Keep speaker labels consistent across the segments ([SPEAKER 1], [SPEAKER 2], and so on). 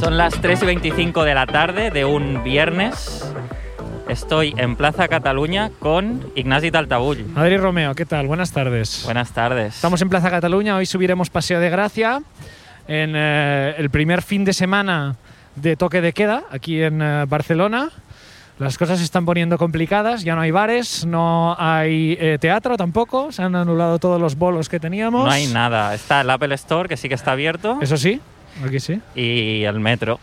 [SPEAKER 1] Son las 3 y 25 de la tarde de un viernes. Estoy en Plaza Cataluña con Ignasi Taltabull.
[SPEAKER 2] Adri Romeo, ¿qué tal? Buenas tardes.
[SPEAKER 1] Buenas tardes.
[SPEAKER 2] Estamos en Plaza Cataluña, hoy subiremos Paseo de Gracia en eh, el primer fin de semana de toque de queda aquí en eh, Barcelona. Las cosas se están poniendo complicadas, ya no hay bares, no hay eh, teatro tampoco, se han anulado todos los bolos que teníamos.
[SPEAKER 1] No hay nada. Está el Apple Store, que sí que está abierto,
[SPEAKER 2] Eso sí, aquí sí.
[SPEAKER 1] y el metro.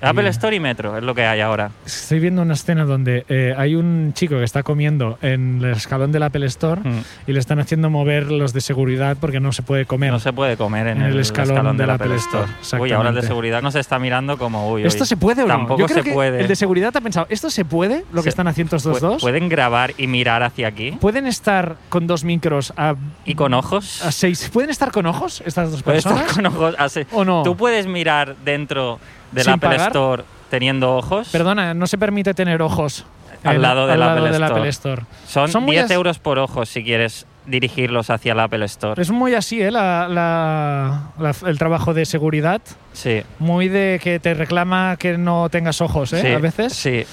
[SPEAKER 1] Apple Store y metro es lo que hay ahora.
[SPEAKER 2] Estoy viendo una escena donde eh, hay un chico que está comiendo en el escalón del Apple Store
[SPEAKER 1] Mm.
[SPEAKER 2] y le están haciendo mover los de seguridad porque no se puede comer.
[SPEAKER 1] No se puede comer en,
[SPEAKER 2] En el escalón del Apple Store,
[SPEAKER 1] Uy, ahora el de
[SPEAKER 2] exactamente.
[SPEAKER 1] seguridad nos está mirando como, uy, uy.
[SPEAKER 2] ¿Esto se puede o no?
[SPEAKER 1] Tampoco
[SPEAKER 2] Yo creo
[SPEAKER 1] se
[SPEAKER 2] que
[SPEAKER 1] puede.
[SPEAKER 2] El de seguridad ha pensado, ¿esto se puede? Lo
[SPEAKER 1] Se-
[SPEAKER 2] que están haciendo estos
[SPEAKER 1] Pu-
[SPEAKER 2] dos.
[SPEAKER 1] ¿Pueden grabar y mirar hacia aquí?
[SPEAKER 2] ¿Pueden estar con dos micros a,
[SPEAKER 1] ¿Y con ojos?
[SPEAKER 2] a seis? ¿Pueden estar con ojos estas dos
[SPEAKER 1] ¿Puedes
[SPEAKER 2] personas?
[SPEAKER 1] estar con ojos así?
[SPEAKER 2] ¿O no?
[SPEAKER 1] ¿Tú puedes mirar dentro del
[SPEAKER 2] ¿Sin
[SPEAKER 1] Apple
[SPEAKER 2] pagar?
[SPEAKER 1] Store teniendo ojos?
[SPEAKER 2] Perdona, no se permite tener ojos.
[SPEAKER 1] Al
[SPEAKER 2] en-
[SPEAKER 1] lado del Apple
[SPEAKER 2] Store.
[SPEAKER 1] Son,
[SPEAKER 2] Son muy
[SPEAKER 1] 10
[SPEAKER 2] as-
[SPEAKER 1] euros por ojo si quieres dirigirlos hacia el Apple Store.
[SPEAKER 2] Es muy así, ¿eh? La- la- la- el trabajo de seguridad. ¿eh?
[SPEAKER 1] Sí.
[SPEAKER 2] Muy de que te reclama que no tengas ojos, ¿eh?
[SPEAKER 1] sí,
[SPEAKER 2] a veces.
[SPEAKER 1] Sí.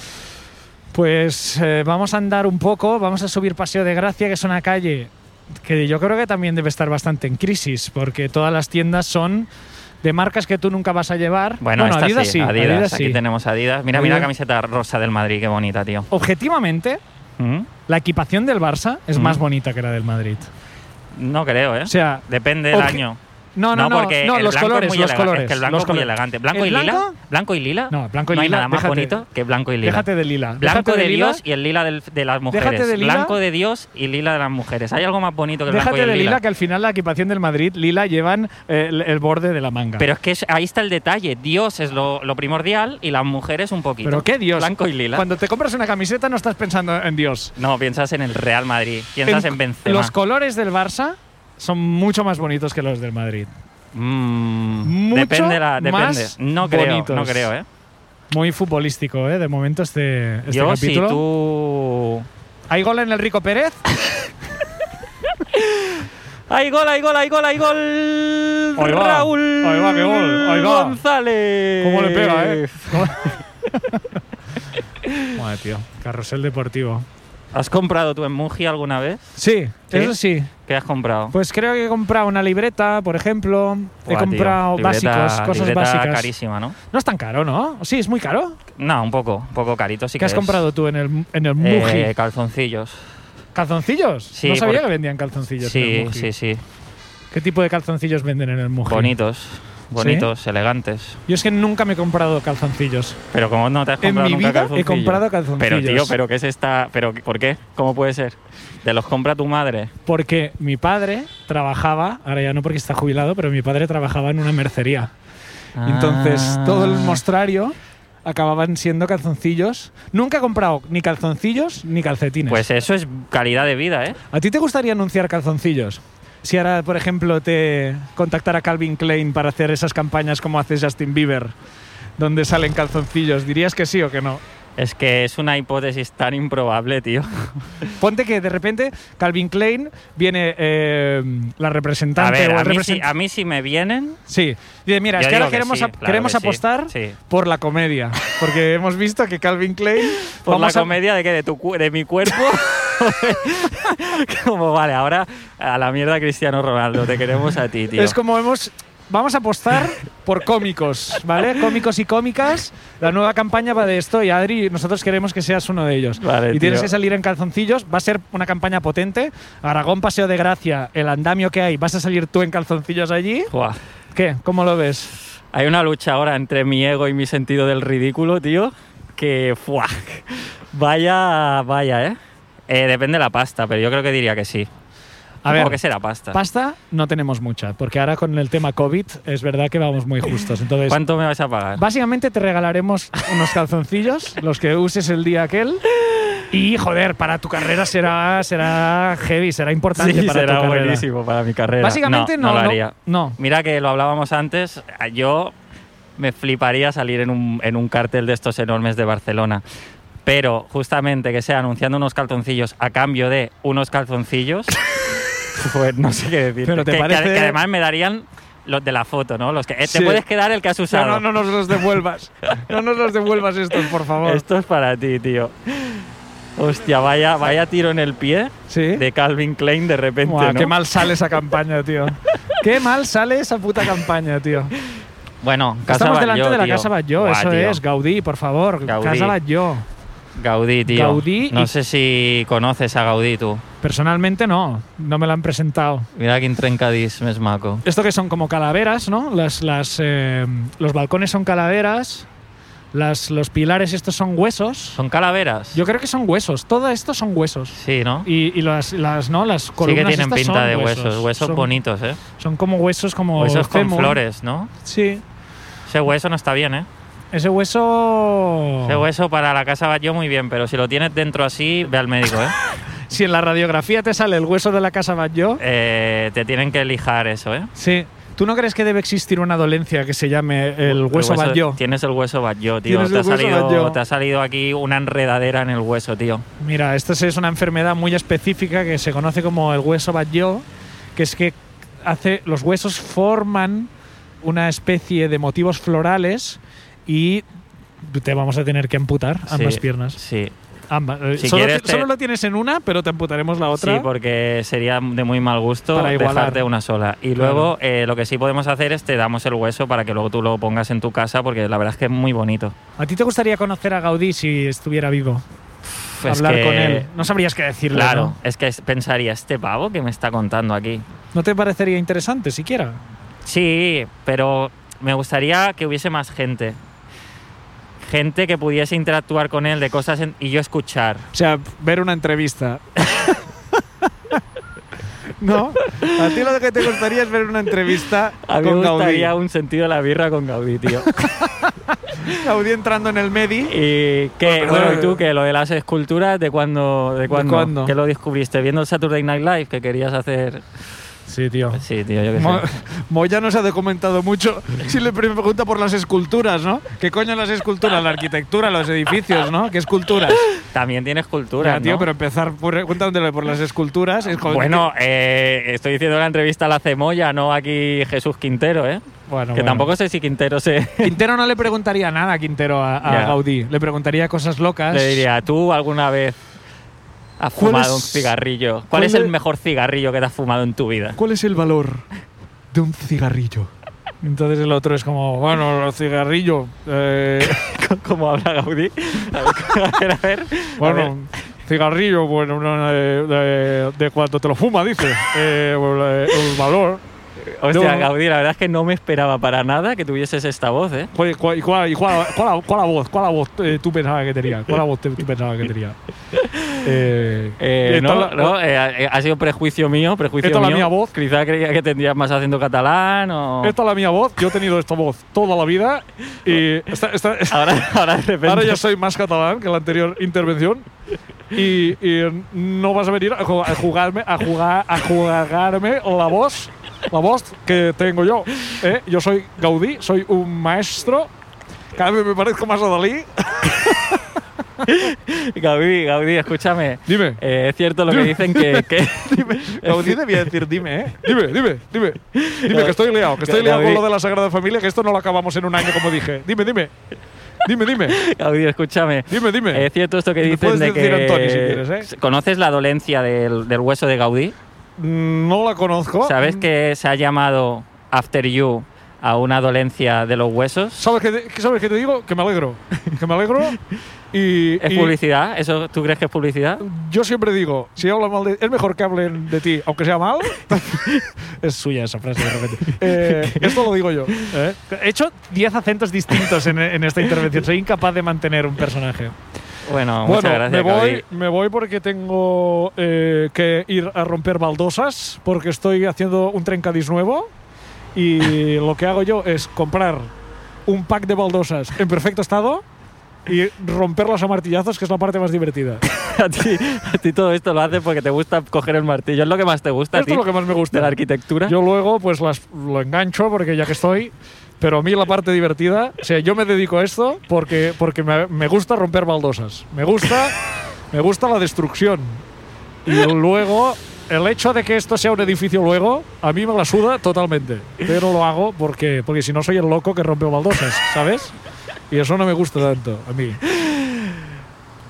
[SPEAKER 2] Pues eh, vamos a andar un poco, vamos a subir Paseo de Gracia, que es una calle que yo creo que también debe estar bastante en crisis, porque todas las tiendas son de marcas que tú nunca vas a llevar.
[SPEAKER 1] Bueno, esta
[SPEAKER 2] Adidas sí,
[SPEAKER 1] Adidas.
[SPEAKER 2] Adidas
[SPEAKER 1] Aquí
[SPEAKER 2] sí.
[SPEAKER 1] tenemos Adidas. Mira, mira la
[SPEAKER 2] Adidas.
[SPEAKER 1] camiseta rosa del Madrid, qué bonita, tío.
[SPEAKER 2] Objetivamente,
[SPEAKER 1] ¿Mm?
[SPEAKER 2] la equipación del Barça es
[SPEAKER 1] Mm.
[SPEAKER 2] más bonita que la del Madrid.
[SPEAKER 1] No creo, ¿eh?
[SPEAKER 2] O sea,
[SPEAKER 1] Depende del
[SPEAKER 2] obje-
[SPEAKER 1] año.
[SPEAKER 2] no, no, no,
[SPEAKER 1] porque
[SPEAKER 2] no,
[SPEAKER 1] el
[SPEAKER 2] los
[SPEAKER 1] blanco
[SPEAKER 2] colores,
[SPEAKER 1] es muy
[SPEAKER 2] los
[SPEAKER 1] elegante.
[SPEAKER 2] colores.
[SPEAKER 1] Es que el blanco
[SPEAKER 2] los
[SPEAKER 1] es muy
[SPEAKER 2] colores.
[SPEAKER 1] elegante. ¿Blanco
[SPEAKER 2] ¿El
[SPEAKER 1] y lila?
[SPEAKER 2] blanco?
[SPEAKER 1] ¿Blanco y lila?
[SPEAKER 2] No, blanco y
[SPEAKER 1] No hay
[SPEAKER 2] lila,
[SPEAKER 1] nada más
[SPEAKER 2] déjate.
[SPEAKER 1] bonito que blanco y lila.
[SPEAKER 2] Déjate de lila.
[SPEAKER 1] Blanco
[SPEAKER 2] déjate
[SPEAKER 1] de,
[SPEAKER 2] lila,
[SPEAKER 1] Dios y el lila del- de las
[SPEAKER 2] Déjate
[SPEAKER 1] mujeres.
[SPEAKER 2] de lila.
[SPEAKER 1] Blanco de Dios y lila de las mujeres. ¿Hay algo más bonito que el blanco y
[SPEAKER 2] Déjate
[SPEAKER 1] el
[SPEAKER 2] de
[SPEAKER 1] lila?
[SPEAKER 2] lila, que al final la equipación del Madrid, lila, llevan eh, el, el borde de la manga.
[SPEAKER 1] Pero es que es- ahí está el detalle. Dios es lo, lo primordial y las mujeres un poquito.
[SPEAKER 2] Pero qué Dios.
[SPEAKER 1] Blanco y lila.
[SPEAKER 2] Cuando te compras una camiseta no estás pensando en Dios.
[SPEAKER 1] No, piensas en el Real Madrid, piensas en,
[SPEAKER 2] En-
[SPEAKER 1] Benzema.
[SPEAKER 2] Los colores del Barça son mucho más bonitos que los del Madrid.
[SPEAKER 1] Mm,
[SPEAKER 2] Mucho
[SPEAKER 1] depende la, depende.
[SPEAKER 2] más
[SPEAKER 1] no creo, no
[SPEAKER 2] bonitos.
[SPEAKER 1] creo, ¿eh?
[SPEAKER 2] Muy futbolístico, ¿eh? De momento este, este
[SPEAKER 1] Yo
[SPEAKER 2] capítulo.
[SPEAKER 1] si tú
[SPEAKER 2] ¿Hay gol en el Rico Pérez?
[SPEAKER 1] ¡Hay gol, hay gol, hay gol, hay gol!
[SPEAKER 2] Ahí va,
[SPEAKER 1] Raúl
[SPEAKER 2] ahí va, qué gol, ahí va.
[SPEAKER 1] González.
[SPEAKER 2] ¿Cómo le pega, eh? Madre, tío. Carrusel deportivo.
[SPEAKER 1] ¿Has comprado tú en Muji alguna vez?
[SPEAKER 2] Sí,
[SPEAKER 1] ¿Sí?
[SPEAKER 2] eso sí.
[SPEAKER 1] ¿Qué has comprado?
[SPEAKER 2] Pues creo que he comprado una libreta, por ejemplo. he
[SPEAKER 1] Buah, tío,
[SPEAKER 2] comprado
[SPEAKER 1] libreta-
[SPEAKER 2] básicos, cosas
[SPEAKER 1] libreta
[SPEAKER 2] básicas.
[SPEAKER 1] carísima, ¿no?
[SPEAKER 2] No es tan caro, ¿no? Sí, es muy caro.
[SPEAKER 1] No, un poco, un poco carito sí
[SPEAKER 2] ¿Qué has
[SPEAKER 1] que es.
[SPEAKER 2] comprado tú en el, en el Muji?
[SPEAKER 1] Eh, calzoncillos.
[SPEAKER 2] ¿Calzoncillos?
[SPEAKER 1] sí,
[SPEAKER 2] no sabía
[SPEAKER 1] porque-
[SPEAKER 2] que vendían calzoncillos en el
[SPEAKER 1] Sí,
[SPEAKER 2] Muji.
[SPEAKER 1] sí, sí.
[SPEAKER 2] ¿Qué tipo de calzoncillos venden en el Muji?
[SPEAKER 1] Bonitos, bonitos, elegantes.
[SPEAKER 2] Yo es que nunca me he comprado calzoncillos.
[SPEAKER 1] Pero como no te has
[SPEAKER 2] En
[SPEAKER 1] comprado
[SPEAKER 2] mi
[SPEAKER 1] nunca
[SPEAKER 2] vida he
[SPEAKER 1] calzoncillos?
[SPEAKER 2] comprado calzoncillos.
[SPEAKER 1] Pero tío, pero qué es esta, pero ¿por qué? ¿Cómo puede ser? Te los compra tu madre.
[SPEAKER 2] Porque mi padre trabajaba, ahora ya no porque está jubilado, pero mi padre trabajaba en una mercería. Entonces
[SPEAKER 1] Ah.
[SPEAKER 2] todo el mostrario acababan siendo calzoncillos. Nunca he comprado ni calzoncillos ni calcetines.
[SPEAKER 1] Pues eso es calidad de vida, ¿eh?
[SPEAKER 2] ¿A ti te gustaría anunciar calzoncillos? Si ahora, por ejemplo, te contactara Calvin Klein para hacer esas campañas como hace Justin Bieber, donde salen calzoncillos, ¿dirías que sí o que no?
[SPEAKER 1] Es que es una hipótesis tan improbable, tío.
[SPEAKER 2] Ponte que de repente Calvin Klein viene eh, la
[SPEAKER 1] A
[SPEAKER 2] representante
[SPEAKER 1] ver,
[SPEAKER 2] o el
[SPEAKER 1] a mí, sí,
[SPEAKER 2] representante.
[SPEAKER 1] a mí sí me vienen.
[SPEAKER 2] Sí, Dice, mira, es
[SPEAKER 1] Yo
[SPEAKER 2] que ahora
[SPEAKER 1] digo que
[SPEAKER 2] queremos,
[SPEAKER 1] sí,
[SPEAKER 2] ap-
[SPEAKER 1] claro
[SPEAKER 2] queremos
[SPEAKER 1] que sí,
[SPEAKER 2] apostar
[SPEAKER 1] sí.
[SPEAKER 2] por la comedia, porque hemos visto que Calvin Klein
[SPEAKER 1] Por
[SPEAKER 2] vamos
[SPEAKER 1] la
[SPEAKER 2] a-
[SPEAKER 1] comedia de que de tu cu- de mi cuerpo. como vale, ahora a la mierda Cristiano Ronaldo, te queremos a ti, tío.
[SPEAKER 2] es como hemos vamos a apostar por cómicos, ¿vale? Cómicos y cómicas. La nueva campaña va de esto y Adri, nosotros queremos que seas uno de ellos.
[SPEAKER 1] Vale,
[SPEAKER 2] y tienes
[SPEAKER 1] tío.
[SPEAKER 2] que salir en calzoncillos, va a ser una campaña potente. Aragón Paseo de Gracia, el andamio que hay, vas a salir tú en calzoncillos allí.
[SPEAKER 1] Buah.
[SPEAKER 2] ¿Qué? ¿Cómo lo ves?
[SPEAKER 1] Hay una lucha ahora entre mi ego y mi sentido del ridículo, tío, que fuah, Vaya, vaya, ¿eh? Eh, Depende de la pasta, pero yo creo que diría que sí.
[SPEAKER 2] A
[SPEAKER 1] Supongo
[SPEAKER 2] ver,
[SPEAKER 1] que será pasta.
[SPEAKER 2] pasta no tenemos mucha, porque ahora con el tema COVID es verdad que vamos muy justos. Entonces,
[SPEAKER 1] ¿Cuánto me vas a pagar?
[SPEAKER 2] Básicamente te regalaremos unos calzoncillos, los que uses el día aquel. Y joder, para tu carrera será, será heavy, será importante
[SPEAKER 1] Sí,
[SPEAKER 2] para
[SPEAKER 1] será
[SPEAKER 2] tu carrera.
[SPEAKER 1] buenísimo para mi carrera.
[SPEAKER 2] Básicamente no,
[SPEAKER 1] no,
[SPEAKER 2] no-
[SPEAKER 1] lo haría.
[SPEAKER 2] no.
[SPEAKER 1] Mira que lo hablábamos antes, yo me fliparía salir en un, en un cartel de estos enormes de Barcelona. Pero justamente que sea anunciando unos calzoncillos a cambio de unos calzoncillos, pues no sé qué decir.
[SPEAKER 2] Pero te
[SPEAKER 1] que, que-
[SPEAKER 2] parece-
[SPEAKER 1] que además me darían los de la foto, ¿no? Los que eh,
[SPEAKER 2] Sí.
[SPEAKER 1] te puedes quedar el que has usado.
[SPEAKER 2] No, no, no nos los devuelvas. No nos los devuelvas estos, por favor.
[SPEAKER 1] Esto es para ti, tío. Hostia, vaya, vaya tiro en el pie
[SPEAKER 2] Sí.
[SPEAKER 1] de Calvin Klein de repente,
[SPEAKER 2] Buah,
[SPEAKER 1] ¿no?
[SPEAKER 2] Qué mal sale esa campaña, tío. Qué mal sale esa puta campaña, tío.
[SPEAKER 1] Bueno, Casa
[SPEAKER 2] Estamos delante
[SPEAKER 1] Batlló,
[SPEAKER 2] de la
[SPEAKER 1] tío.
[SPEAKER 2] Casa Batlló,
[SPEAKER 1] Buah,
[SPEAKER 2] eso
[SPEAKER 1] tío.
[SPEAKER 2] es. Gaudí, por favor.
[SPEAKER 1] Gaudí.
[SPEAKER 2] Casa Batlló.
[SPEAKER 1] Gaudí, tío.
[SPEAKER 2] Gaudí
[SPEAKER 1] No
[SPEAKER 2] y-
[SPEAKER 1] sé si conoces a Gaudí, tú.
[SPEAKER 2] Personalmente no, no me la han presentado.
[SPEAKER 1] Mira quin trencadís més maco.
[SPEAKER 2] Esto que son como calaveras, ¿no? Las, las, eh, los balcones son calaveras, las, los pilares estos son huesos.
[SPEAKER 1] ¿Son calaveras?
[SPEAKER 2] Yo creo que son huesos, todo esto son huesos.
[SPEAKER 1] Sí, ¿no?
[SPEAKER 2] Y, y las, las, ¿no? las
[SPEAKER 1] Sí
[SPEAKER 2] columnas
[SPEAKER 1] que tienen
[SPEAKER 2] estas
[SPEAKER 1] pinta
[SPEAKER 2] son
[SPEAKER 1] de huesos, huesos,
[SPEAKER 2] son,
[SPEAKER 1] bonitos, ¿eh?
[SPEAKER 2] Son como huesos como
[SPEAKER 1] Huesos con
[SPEAKER 2] fémur.
[SPEAKER 1] flores, ¿no?
[SPEAKER 2] Sí.
[SPEAKER 1] Ese hueso no está bien, ¿eh?
[SPEAKER 2] Ese hueso...
[SPEAKER 1] Ese hueso para la casa Batlló muy bien, pero si lo tienes dentro así, ve al médico, ¿eh?
[SPEAKER 2] Si en la radiografía te sale el hueso de la casa Batlló,
[SPEAKER 1] Eh, te tienen que lijar eso, ¿eh?
[SPEAKER 2] sí. ¿Tú no crees que debe existir una dolencia que se llame el hueso,
[SPEAKER 1] El
[SPEAKER 2] Batlló?
[SPEAKER 1] Tienes el hueso Batlló, tío.
[SPEAKER 2] Tienes
[SPEAKER 1] Te ha,
[SPEAKER 2] el hueso Batlló.
[SPEAKER 1] salido, te ha salido aquí una enredadera en el hueso, tío.
[SPEAKER 2] Mira, esta es una enfermedad muy específica que se conoce como el hueso Batlló, que es que hace, los huesos forman una especie de motivos florales y te vamos a tener que amputar ambas
[SPEAKER 1] Sí,
[SPEAKER 2] piernas.
[SPEAKER 1] Sí.
[SPEAKER 2] Ambas. Eh,
[SPEAKER 1] Si
[SPEAKER 2] solo,
[SPEAKER 1] quieres
[SPEAKER 2] ti-
[SPEAKER 1] te-
[SPEAKER 2] solo lo tienes en una, pero te amputaremos la otra.
[SPEAKER 1] Sí, porque sería de muy mal gusto
[SPEAKER 2] Para igualar.
[SPEAKER 1] dejarte una sola. Y luego eh, lo que sí podemos hacer es te damos el hueso para que luego tú lo pongas en tu casa porque la verdad es que es muy bonito.
[SPEAKER 2] ¿A ti te gustaría conocer a Gaudí si estuviera vivo?
[SPEAKER 1] Pues
[SPEAKER 2] Hablar
[SPEAKER 1] que-
[SPEAKER 2] con él. No sabrías qué decirle.
[SPEAKER 1] Claro,
[SPEAKER 2] ¿no?
[SPEAKER 1] es que es- pensaría, este pavo que me está contando aquí.
[SPEAKER 2] ¿No te parecería interesante siquiera?
[SPEAKER 1] Sí, pero me gustaría que hubiese más gente. Gente que pudiese interactuar con él de cosas en- y yo escuchar.
[SPEAKER 2] O sea, ver una entrevista. no, a ti lo que te gustaría es ver una entrevista
[SPEAKER 1] A mí
[SPEAKER 2] con
[SPEAKER 1] me
[SPEAKER 2] Gaudí.
[SPEAKER 1] gustaría un sentido de la birra con Gaudí, tío.
[SPEAKER 2] Gaudí entrando en el Medi.
[SPEAKER 1] Y que,
[SPEAKER 2] Bueno,
[SPEAKER 1] bueno,
[SPEAKER 2] perdón.
[SPEAKER 1] y tú, que lo de las esculturas, ¿de cuándo? ¿De cuándo?
[SPEAKER 2] cuándo?
[SPEAKER 1] ¿Qué lo descubriste? ¿Viendo el Saturday Night Live que querías hacer? pues
[SPEAKER 2] Sí, tío.
[SPEAKER 1] Sí, tío, yo qué
[SPEAKER 2] Mo-
[SPEAKER 1] sé.
[SPEAKER 2] Moya no se ha documentado mucho. Si le pre- pregunta por las esculturas, ¿no? ¿Qué coño las esculturas? La arquitectura, los edificios, ¿no? ¿Qué esculturas?
[SPEAKER 1] También tiene escultura,
[SPEAKER 2] Ya, tío,
[SPEAKER 1] ¿no?
[SPEAKER 2] pero empezar por- preguntándole por las esculturas es como-
[SPEAKER 1] Bueno, eh, estoy diciendo la entrevista a la Cemoya, no aquí Jesús Quintero, ¿eh?
[SPEAKER 2] Bueno,
[SPEAKER 1] que
[SPEAKER 2] bueno.
[SPEAKER 1] tampoco sé si Quintero se...
[SPEAKER 2] Quintero no le preguntaría nada a Quintero a, a
[SPEAKER 1] Ya.
[SPEAKER 2] Gaudí. Le preguntaría cosas locas.
[SPEAKER 1] le diría, ¿tú alguna vez has
[SPEAKER 2] ¿Cuál
[SPEAKER 1] fumado
[SPEAKER 2] es-
[SPEAKER 1] un cigarrillo? ¿Cuál,
[SPEAKER 2] cuál
[SPEAKER 1] es el
[SPEAKER 2] es-
[SPEAKER 1] mejor cigarrillo que te has fumado en tu vida?
[SPEAKER 2] ¿Cuál es el valor de un cigarrillo? Entonces el otro es como, bueno, el cigarrillo. eh,
[SPEAKER 1] ¿Cómo habla Gaudí? A ver, a ver. a ver.
[SPEAKER 2] bueno, cigarrillo, bueno, no, eh, de, de cuando te lo fuma, dice. Eh, bueno, eh, el valor.
[SPEAKER 1] Hostia,
[SPEAKER 2] no.
[SPEAKER 1] Gaudí, la verdad es que no me esperaba para nada que tuvieses esta voz, ¿eh?
[SPEAKER 2] ¿Cuál, cuál, y cuál, y cuál, cuál, cuál la voz, cuál la voz eh, tú pensabas que tenía? ¿Cuál la voz te- tú pensabas que tenía? Eh,
[SPEAKER 1] Eh,
[SPEAKER 2] esta
[SPEAKER 1] no,
[SPEAKER 2] la-
[SPEAKER 1] no, eh, ha- eh, ha sido prejuicio mío, prejuicio
[SPEAKER 2] ¿Esta es la
[SPEAKER 1] mío.
[SPEAKER 2] mía voz?
[SPEAKER 1] Quizá creía que tendrías más acento catalán o...
[SPEAKER 2] Esta es la mía voz, yo he tenido esta voz toda la vida y esta- esta-
[SPEAKER 1] Ahora, ahora de repente...
[SPEAKER 2] Ahora ya soy más catalán que la anterior intervención. Y, y no vas a venir a ju- a jugarme, a jugar, a jugarme la voz, la voz que tengo yo. ¿eh? Yo soy Gaudí, soy un maestro. Cada vez me parezco más a Dalí.
[SPEAKER 1] Gaudí, Gaudí, escúchame.
[SPEAKER 2] Dime.
[SPEAKER 1] Eh, es cierto lo que dicen que... que-
[SPEAKER 2] Gaudí debía decir dime, ¿eh? Dime, dime, dime. Dime que estoy liado, que estoy liado con
[SPEAKER 1] Gaudí.
[SPEAKER 2] lo de la Sagrada Familia, que esto no lo acabamos en un año como dije. Dime, dime. Dime, dime.
[SPEAKER 1] Gaudí, escúchame.
[SPEAKER 2] Dime, dime.
[SPEAKER 1] Es cierto esto que
[SPEAKER 2] Me
[SPEAKER 1] dicen
[SPEAKER 2] puedes
[SPEAKER 1] de
[SPEAKER 2] decir
[SPEAKER 1] que...
[SPEAKER 2] Antoni, si quieres, ¿eh?
[SPEAKER 1] ¿Conoces la dolencia del, del hueso de Gaudí?
[SPEAKER 2] No la conozco. Mm.
[SPEAKER 1] ¿Sabes que se ha llamado After You a una dolencia de los huesos?
[SPEAKER 2] ¿Sabes qué, te- qué- ¿Sabes qué te digo? Que me alegro. Que me alegro. Y,
[SPEAKER 1] ¿Es
[SPEAKER 2] y
[SPEAKER 1] publicidad? ¿Eso tú crees que es publicidad?
[SPEAKER 2] yo siempre digo, si habla mal de... Es mejor que hablen de ti, aunque sea mal. es suya esa frase de repente. Eh, esto lo digo yo. ¿eh? He hecho 10 acentos distintos en, en esta intervención. Soy incapaz de mantener un personaje.
[SPEAKER 1] Bueno,
[SPEAKER 2] Bueno,
[SPEAKER 1] muchas gracias,
[SPEAKER 2] me, voy,
[SPEAKER 1] Gaby.
[SPEAKER 2] me voy porque tengo eh, que ir a romper baldosas, porque estoy haciendo un trencadís nuevo y lo que hago yo es comprar un pack de baldosas en perfecto estado y romperlas a martillazos, que es la parte más divertida.
[SPEAKER 1] A ti, a ti todo esto lo haces porque te gusta coger el martillo. Es lo que más te gusta a
[SPEAKER 2] Esto
[SPEAKER 1] ti
[SPEAKER 2] es lo que más me gusta.
[SPEAKER 1] de la arquitectura.
[SPEAKER 2] Yo luego pues las, lo engancho porque ya que estoy, pero a mí la parte divertida, o sea, yo me dedico a esto porque, porque me, me gusta romper baldosas, me gusta, me gusta la destrucción. Y luego, el hecho de que esto sea un edificio luego, a mí me la suda totalmente, pero lo hago porque, porque si no soy el loco que rompe baldosas, ¿sabes? Y eso no me gusta tanto a mí.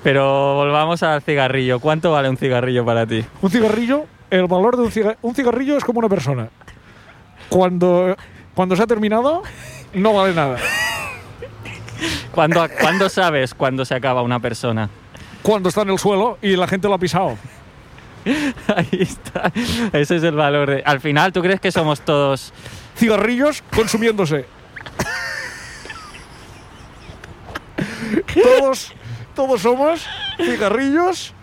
[SPEAKER 1] Pero volvamos al cigarrillo. ¿Cuánto vale un cigarrillo para ti?
[SPEAKER 2] Un cigarrillo, el valor de un cigarrillo. Un cigarrillo es como una persona. Cuando, cuando se ha terminado, no vale nada.
[SPEAKER 1] ¿Cuándo, ¿cuándo sabes cuándo se acaba una persona?
[SPEAKER 2] Cuando está en el suelo y la gente lo ha pisado.
[SPEAKER 1] Ahí está. Ese es el valor. de- Al final, ¿tú crees que somos todos
[SPEAKER 2] Cigarrillos consumiéndose. Todos, todos somos cigarrillos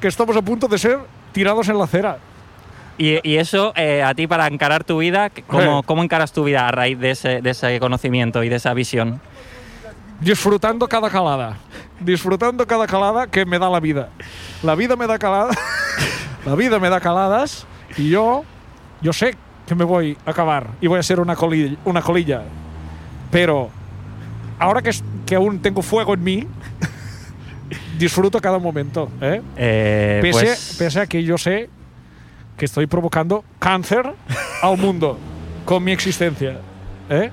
[SPEAKER 2] que estamos a punto de ser tirados en la acera.
[SPEAKER 1] Y, y eso, eh, a ti para encarar tu vida, ¿cómo,
[SPEAKER 2] Sí.
[SPEAKER 1] ¿cómo encaras tu vida a raíz de ese, de ese conocimiento y de esa visión?
[SPEAKER 2] Disfrutando cada calada. Disfrutando cada calada que me da la vida. La vida me da calada. la vida me da caladas. Y yo, yo sé que me voy a acabar y voy a ser una colilla. Una colilla. Pero ahora que, es- que aún tengo fuego en mí, disfruto cada momento. ¿eh?
[SPEAKER 1] Eh,
[SPEAKER 2] Pese,
[SPEAKER 1] pues,
[SPEAKER 2] pese a que yo sé que estoy provocando cáncer al mundo con mi existencia. ¿eh?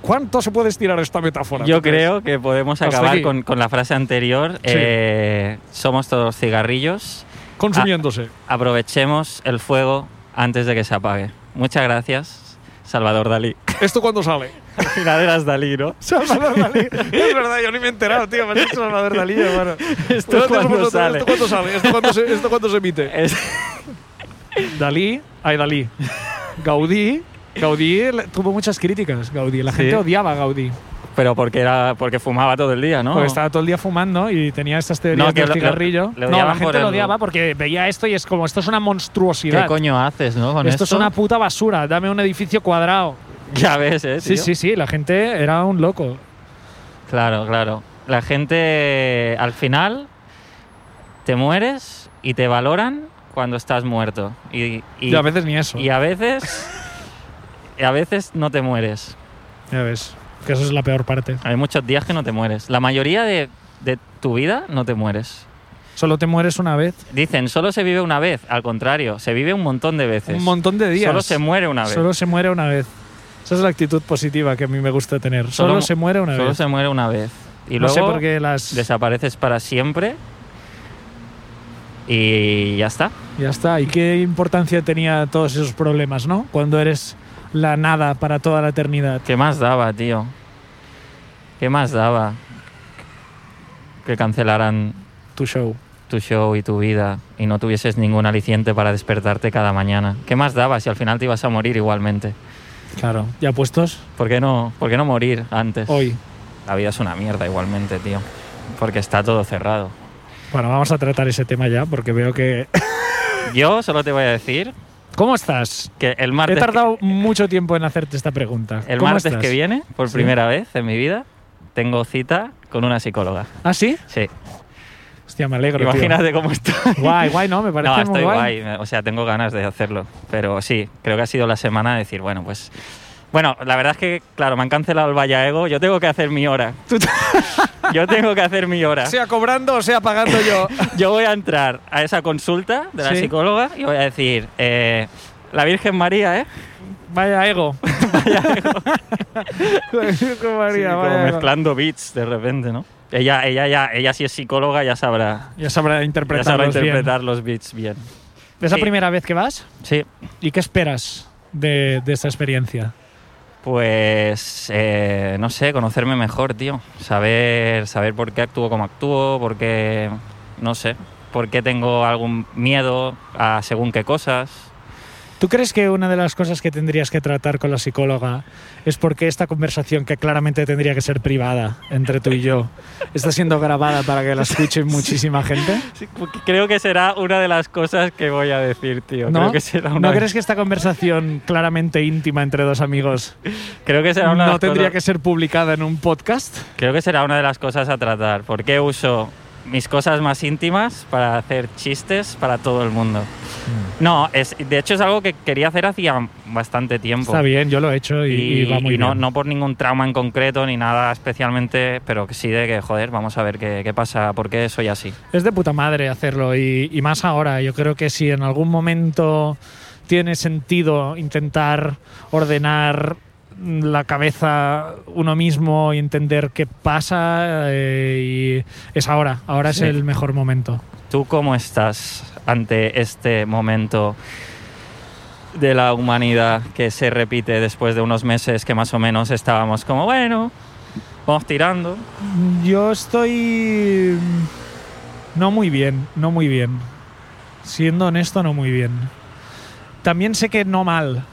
[SPEAKER 2] ¿Cuánto se puede estirar esta metáfora?
[SPEAKER 1] yo
[SPEAKER 2] ¿Tú crees?
[SPEAKER 1] creo que podemos
[SPEAKER 2] Hasta
[SPEAKER 1] acabar
[SPEAKER 2] aquí.
[SPEAKER 1] con, con la frase anterior. eh, somos todos cigarrillos.
[SPEAKER 2] Consumiéndose.
[SPEAKER 1] Aprovechemos el fuego antes de que se apague. Muchas gracias, Salvador Dalí.
[SPEAKER 2] ¿Esto cuándo sale?
[SPEAKER 1] Al final eras Dalí, ¿no?
[SPEAKER 2] Ah. Salvador Dalí. Es verdad, yo ni me he enterado, tío. Me has dicho Salvador Dalí, hermano.
[SPEAKER 1] ¿Esto
[SPEAKER 2] Bueno,
[SPEAKER 1] cuándo
[SPEAKER 2] vosotros,
[SPEAKER 1] sale?
[SPEAKER 2] ¿Esto cuándo sale? ¿Esto cuándo se, esto cuándo se emite?
[SPEAKER 1] Es-
[SPEAKER 2] Eh, Dalí. Ay, Dalí. Gaudí. Gaudí le- tuvo muchas críticas, Gaudí. La
[SPEAKER 1] Sí.
[SPEAKER 2] gente odiaba a Gaudí.
[SPEAKER 1] pero porque, era, porque fumaba todo el día, ¿no?
[SPEAKER 2] Porque estaba todo el día fumando y tenía estas teorías
[SPEAKER 1] No, que
[SPEAKER 2] del
[SPEAKER 1] lo- lo-
[SPEAKER 2] cigarrillo.
[SPEAKER 1] le
[SPEAKER 2] no, la
[SPEAKER 1] odiaban por
[SPEAKER 2] gente lo
[SPEAKER 1] el-
[SPEAKER 2] odiaba porque veía esto y es como, esto es una
[SPEAKER 1] ¿Qué
[SPEAKER 2] monstruosidad.
[SPEAKER 1] coño haces, no? Con
[SPEAKER 2] esto es una puta basura. Dame un edificio cuadrado.
[SPEAKER 1] Ya ves, ¿eh?
[SPEAKER 2] Sí,
[SPEAKER 1] tío?
[SPEAKER 2] sí, sí. La gente era un loco.
[SPEAKER 1] Claro, claro. La gente al final te mueres y te valoran cuando estás muerto. Y, y-
[SPEAKER 2] Y a veces ni eso.
[SPEAKER 1] y a veces y a veces no te mueres.
[SPEAKER 2] Ya ves. Que eso es la peor parte.
[SPEAKER 1] Hay muchos días que no te mueres. La mayoría de, de tu vida no te mueres.
[SPEAKER 2] Solo te mueres una vez.
[SPEAKER 1] Dicen, solo se vive una vez. Al contrario, se vive un montón de veces.
[SPEAKER 2] Un montón de días.
[SPEAKER 1] Solo se muere una vez.
[SPEAKER 2] Solo se muere una vez. Esa es la actitud positiva que a mí me gusta tener. Solo,
[SPEAKER 1] Solo mu-
[SPEAKER 2] se muere una
[SPEAKER 1] Solo
[SPEAKER 2] vez.
[SPEAKER 1] se muere una vez. Y
[SPEAKER 2] no
[SPEAKER 1] luego
[SPEAKER 2] sé por qué las.
[SPEAKER 1] desapareces para siempre. Y ya está.
[SPEAKER 2] Ya está. ¿Y qué importancia tenía todos esos problemas, no? Cuando eres la nada para toda la eternidad.
[SPEAKER 1] ¿Qué más daba, tío? ¿Qué más daba? Que cancelaran
[SPEAKER 2] Tu show.
[SPEAKER 1] tu show y tu vida y no tuvieses ningún aliciente para despertarte cada mañana. ¿Qué más daba si al final te ibas a morir igualmente?
[SPEAKER 2] Claro. ¿Ya puestos?
[SPEAKER 1] ¿Por qué no, por qué no morir antes?
[SPEAKER 2] Hoy.
[SPEAKER 1] La vida es una mierda igualmente, tío. Porque está todo cerrado.
[SPEAKER 2] Bueno, vamos a tratar ese tema ya porque veo que.
[SPEAKER 1] Yo solo te voy a decir
[SPEAKER 2] ¿Cómo estás?
[SPEAKER 1] que el
[SPEAKER 2] He
[SPEAKER 1] martes,
[SPEAKER 2] tardado mucho tiempo en hacerte esta pregunta.
[SPEAKER 1] el
[SPEAKER 2] ¿Cómo
[SPEAKER 1] martes
[SPEAKER 2] estás?
[SPEAKER 1] que viene, por
[SPEAKER 2] Sí.
[SPEAKER 1] primera vez en mi vida, tengo cita con una psicóloga.
[SPEAKER 2] ¿Ah, sí?
[SPEAKER 1] Sí.
[SPEAKER 2] Hostia, me alegro. tío.
[SPEAKER 1] Imagínate cómo estoy.
[SPEAKER 2] Guay, guay, ¿no? Me parece
[SPEAKER 1] no,
[SPEAKER 2] muy
[SPEAKER 1] estoy guay. O sea, tengo ganas de hacerlo. Pero sí, creo que ha sido la semana de decir, bueno, pues. Bueno, la verdad es que, claro, me han cancelado el Vallaego. Yo tengo que hacer mi hora. Yo tengo que hacer mi hora.
[SPEAKER 2] Sea cobrando o sea pagando yo.
[SPEAKER 1] Yo voy a entrar a esa consulta de la
[SPEAKER 2] Sí.
[SPEAKER 1] psicóloga y voy a decir, eh, la Virgen María, ¿eh?
[SPEAKER 2] Vaya ego.
[SPEAKER 1] Sí, como mezclando beats de repente, ¿no? Ella, ella, ya, ella si es psicóloga ya sabrá,
[SPEAKER 2] Ya sabrá
[SPEAKER 1] ya
[SPEAKER 2] interpretarlos
[SPEAKER 1] sabrá
[SPEAKER 2] bien.
[SPEAKER 1] interpretar los beats bien.
[SPEAKER 2] ¿Es la
[SPEAKER 1] Sí.
[SPEAKER 2] primera vez que vas?
[SPEAKER 1] Sí,
[SPEAKER 2] ¿Y qué esperas de, de esta experiencia?
[SPEAKER 1] Pues eh, no sé, conocerme mejor, tío. Saber, saber por qué actúo como actúo, por qué no sé, por qué tengo algún miedo a según qué cosas.
[SPEAKER 2] ¿Tú crees que una de las cosas que tendrías que tratar con la psicóloga es porque esta conversación, que claramente tendría que ser privada entre tú y yo, está siendo grabada para que la escuche muchísima gente?
[SPEAKER 1] Sí, porque creo que será una de las cosas que voy a decir, tío. Creo que será una,
[SPEAKER 2] ¿No crees que esta conversación claramente íntima entre dos amigos
[SPEAKER 1] creo que será una de
[SPEAKER 2] no
[SPEAKER 1] las
[SPEAKER 2] tendría
[SPEAKER 1] cosas-
[SPEAKER 2] que ser publicada en un podcast?
[SPEAKER 1] Creo que será una de las cosas a tratar. ¿Por qué uso mis cosas más íntimas para hacer chistes para todo el mundo?
[SPEAKER 2] Mm.
[SPEAKER 1] No, es, de hecho es algo que quería hacer hacía bastante tiempo.
[SPEAKER 2] Está bien, yo lo he hecho y, y va muy
[SPEAKER 1] y no,
[SPEAKER 2] bien.
[SPEAKER 1] no por ningún trauma en concreto ni nada especialmente, pero que sí de que, joder, vamos a ver qué, qué pasa, por qué soy así.
[SPEAKER 2] Es de puta madre hacerlo y, y más ahora. Yo creo que si en algún momento tiene sentido intentar ordenar la cabeza uno mismo y entender qué pasa, eh, y es ahora. Ahora
[SPEAKER 1] Sí.
[SPEAKER 2] es el mejor momento.
[SPEAKER 1] ¿Tú cómo estás ante este momento de la humanidad que se repite después de unos meses que más o menos estábamos como, bueno, vamos tirando?
[SPEAKER 2] Yo estoy. mm, No muy bien, no muy bien. Siendo honesto, no muy bien. También sé que no mal.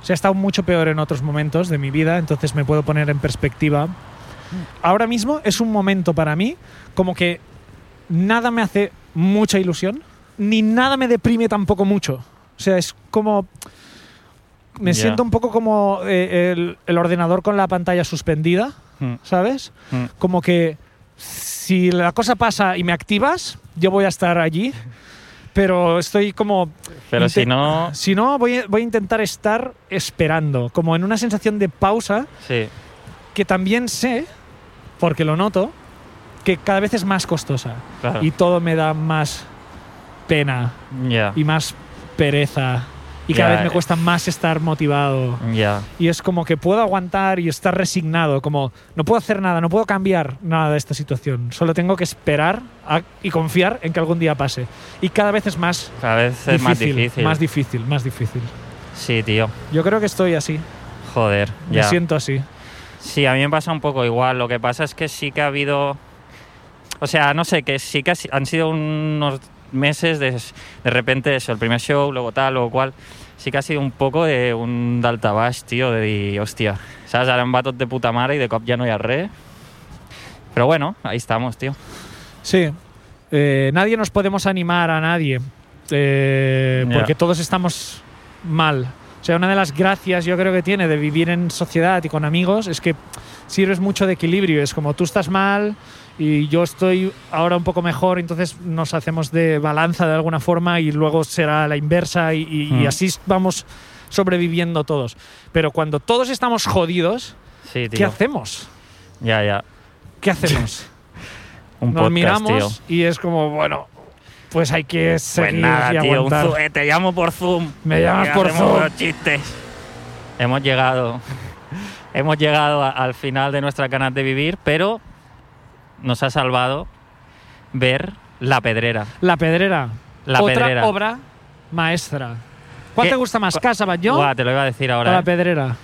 [SPEAKER 2] O sea, he estado mucho peor en otros momentos de mi vida, entonces me puedo poner en perspectiva. Ahora mismo es un momento para mí como que nada me hace mucha ilusión, ni nada me deprime tampoco mucho. O sea, es como... Me
[SPEAKER 1] Ya.
[SPEAKER 2] siento un poco como eh, el- el ordenador con la pantalla suspendida,
[SPEAKER 1] Mm,
[SPEAKER 2] ¿sabes?
[SPEAKER 1] mm.
[SPEAKER 2] como que si la cosa pasa y me activas, yo voy a estar allí. Pero estoy como.
[SPEAKER 1] Pero si
[SPEAKER 2] inte-
[SPEAKER 1] no,
[SPEAKER 2] Si no, voy, voy a intentar estar esperando, como en una sensación de pausa
[SPEAKER 1] sí.
[SPEAKER 2] que también sé, porque lo noto, que cada vez es más costosa.
[SPEAKER 1] Claro.
[SPEAKER 2] Y todo me da más pena
[SPEAKER 1] Ya.
[SPEAKER 2] y más pereza. Y cada
[SPEAKER 1] Ya,
[SPEAKER 2] vez me
[SPEAKER 1] eh.
[SPEAKER 2] cuesta más estar motivado.
[SPEAKER 1] Ya.
[SPEAKER 2] Y es como que puedo aguantar y estar resignado, como no puedo hacer nada, no puedo cambiar nada de esta situación, solo tengo que esperar a- y confiar en que algún día pase. Y cada vez es más
[SPEAKER 1] Cada vez es más difícil.
[SPEAKER 2] más difícil, más difícil.
[SPEAKER 1] sí, tío.
[SPEAKER 2] Yo creo que estoy así,
[SPEAKER 1] Joder. Ya.
[SPEAKER 2] me siento así.
[SPEAKER 1] Sí, a mí me pasa un poco igual. Lo que pasa es que sí que ha habido. O sea, no sé, que sí que ha si- han sido unos meses de, de repente eso, el primer show, luego tal, luego cual. Sí que ha sido un poco de un daltabash, tío, de di- hostia. ¿Sabes? Ahora en vatos de puta madre y de cop ya no hay arre. Pero bueno, ahí estamos, tío.
[SPEAKER 2] Sí, Eh, nadie nos podemos animar a nadie, eh,
[SPEAKER 1] Ya.
[SPEAKER 2] porque todos estamos mal. O sea, una de las gracias yo creo que tiene de vivir en sociedad y con amigos es que sirves mucho de equilibrio. Es como tú estás mal y yo estoy ahora un poco mejor, entonces nos hacemos de balanza de alguna forma y luego será la inversa y, y- y
[SPEAKER 1] Mm.
[SPEAKER 2] así vamos sobreviviendo todos. Pero cuando todos estamos jodidos,
[SPEAKER 1] Sí,
[SPEAKER 2] ¿qué
[SPEAKER 1] tío.
[SPEAKER 2] hacemos?
[SPEAKER 1] Ya, ya.
[SPEAKER 2] ¿Qué hacemos?
[SPEAKER 1] Un
[SPEAKER 2] nos
[SPEAKER 1] podcast,
[SPEAKER 2] miramos
[SPEAKER 1] tío.
[SPEAKER 2] y es como, bueno, pues hay que
[SPEAKER 1] Pues
[SPEAKER 2] seguir
[SPEAKER 1] nada,
[SPEAKER 2] y
[SPEAKER 1] tío, un
[SPEAKER 2] aguantar.
[SPEAKER 1] Zoom. Eh, te llamo por Zoom.
[SPEAKER 2] Me llamas
[SPEAKER 1] Y
[SPEAKER 2] por
[SPEAKER 1] hacemos
[SPEAKER 2] Zoom.
[SPEAKER 1] unos chistes. Hemos llegado. Hemos llegado a- al final de nuestra canal de vivir, pero nos ha salvado ver La Pedrera.
[SPEAKER 2] La Pedrera.
[SPEAKER 1] La
[SPEAKER 2] Otra
[SPEAKER 1] Pedrera.
[SPEAKER 2] obra maestra. ¿Cuál
[SPEAKER 1] ¿Qué?
[SPEAKER 2] te gusta más,
[SPEAKER 1] Cu-
[SPEAKER 2] Casa
[SPEAKER 1] Buah,
[SPEAKER 2] Batlló
[SPEAKER 1] te lo iba a decir
[SPEAKER 2] o
[SPEAKER 1] ahora.
[SPEAKER 2] La
[SPEAKER 1] eh.
[SPEAKER 2] Pedrera?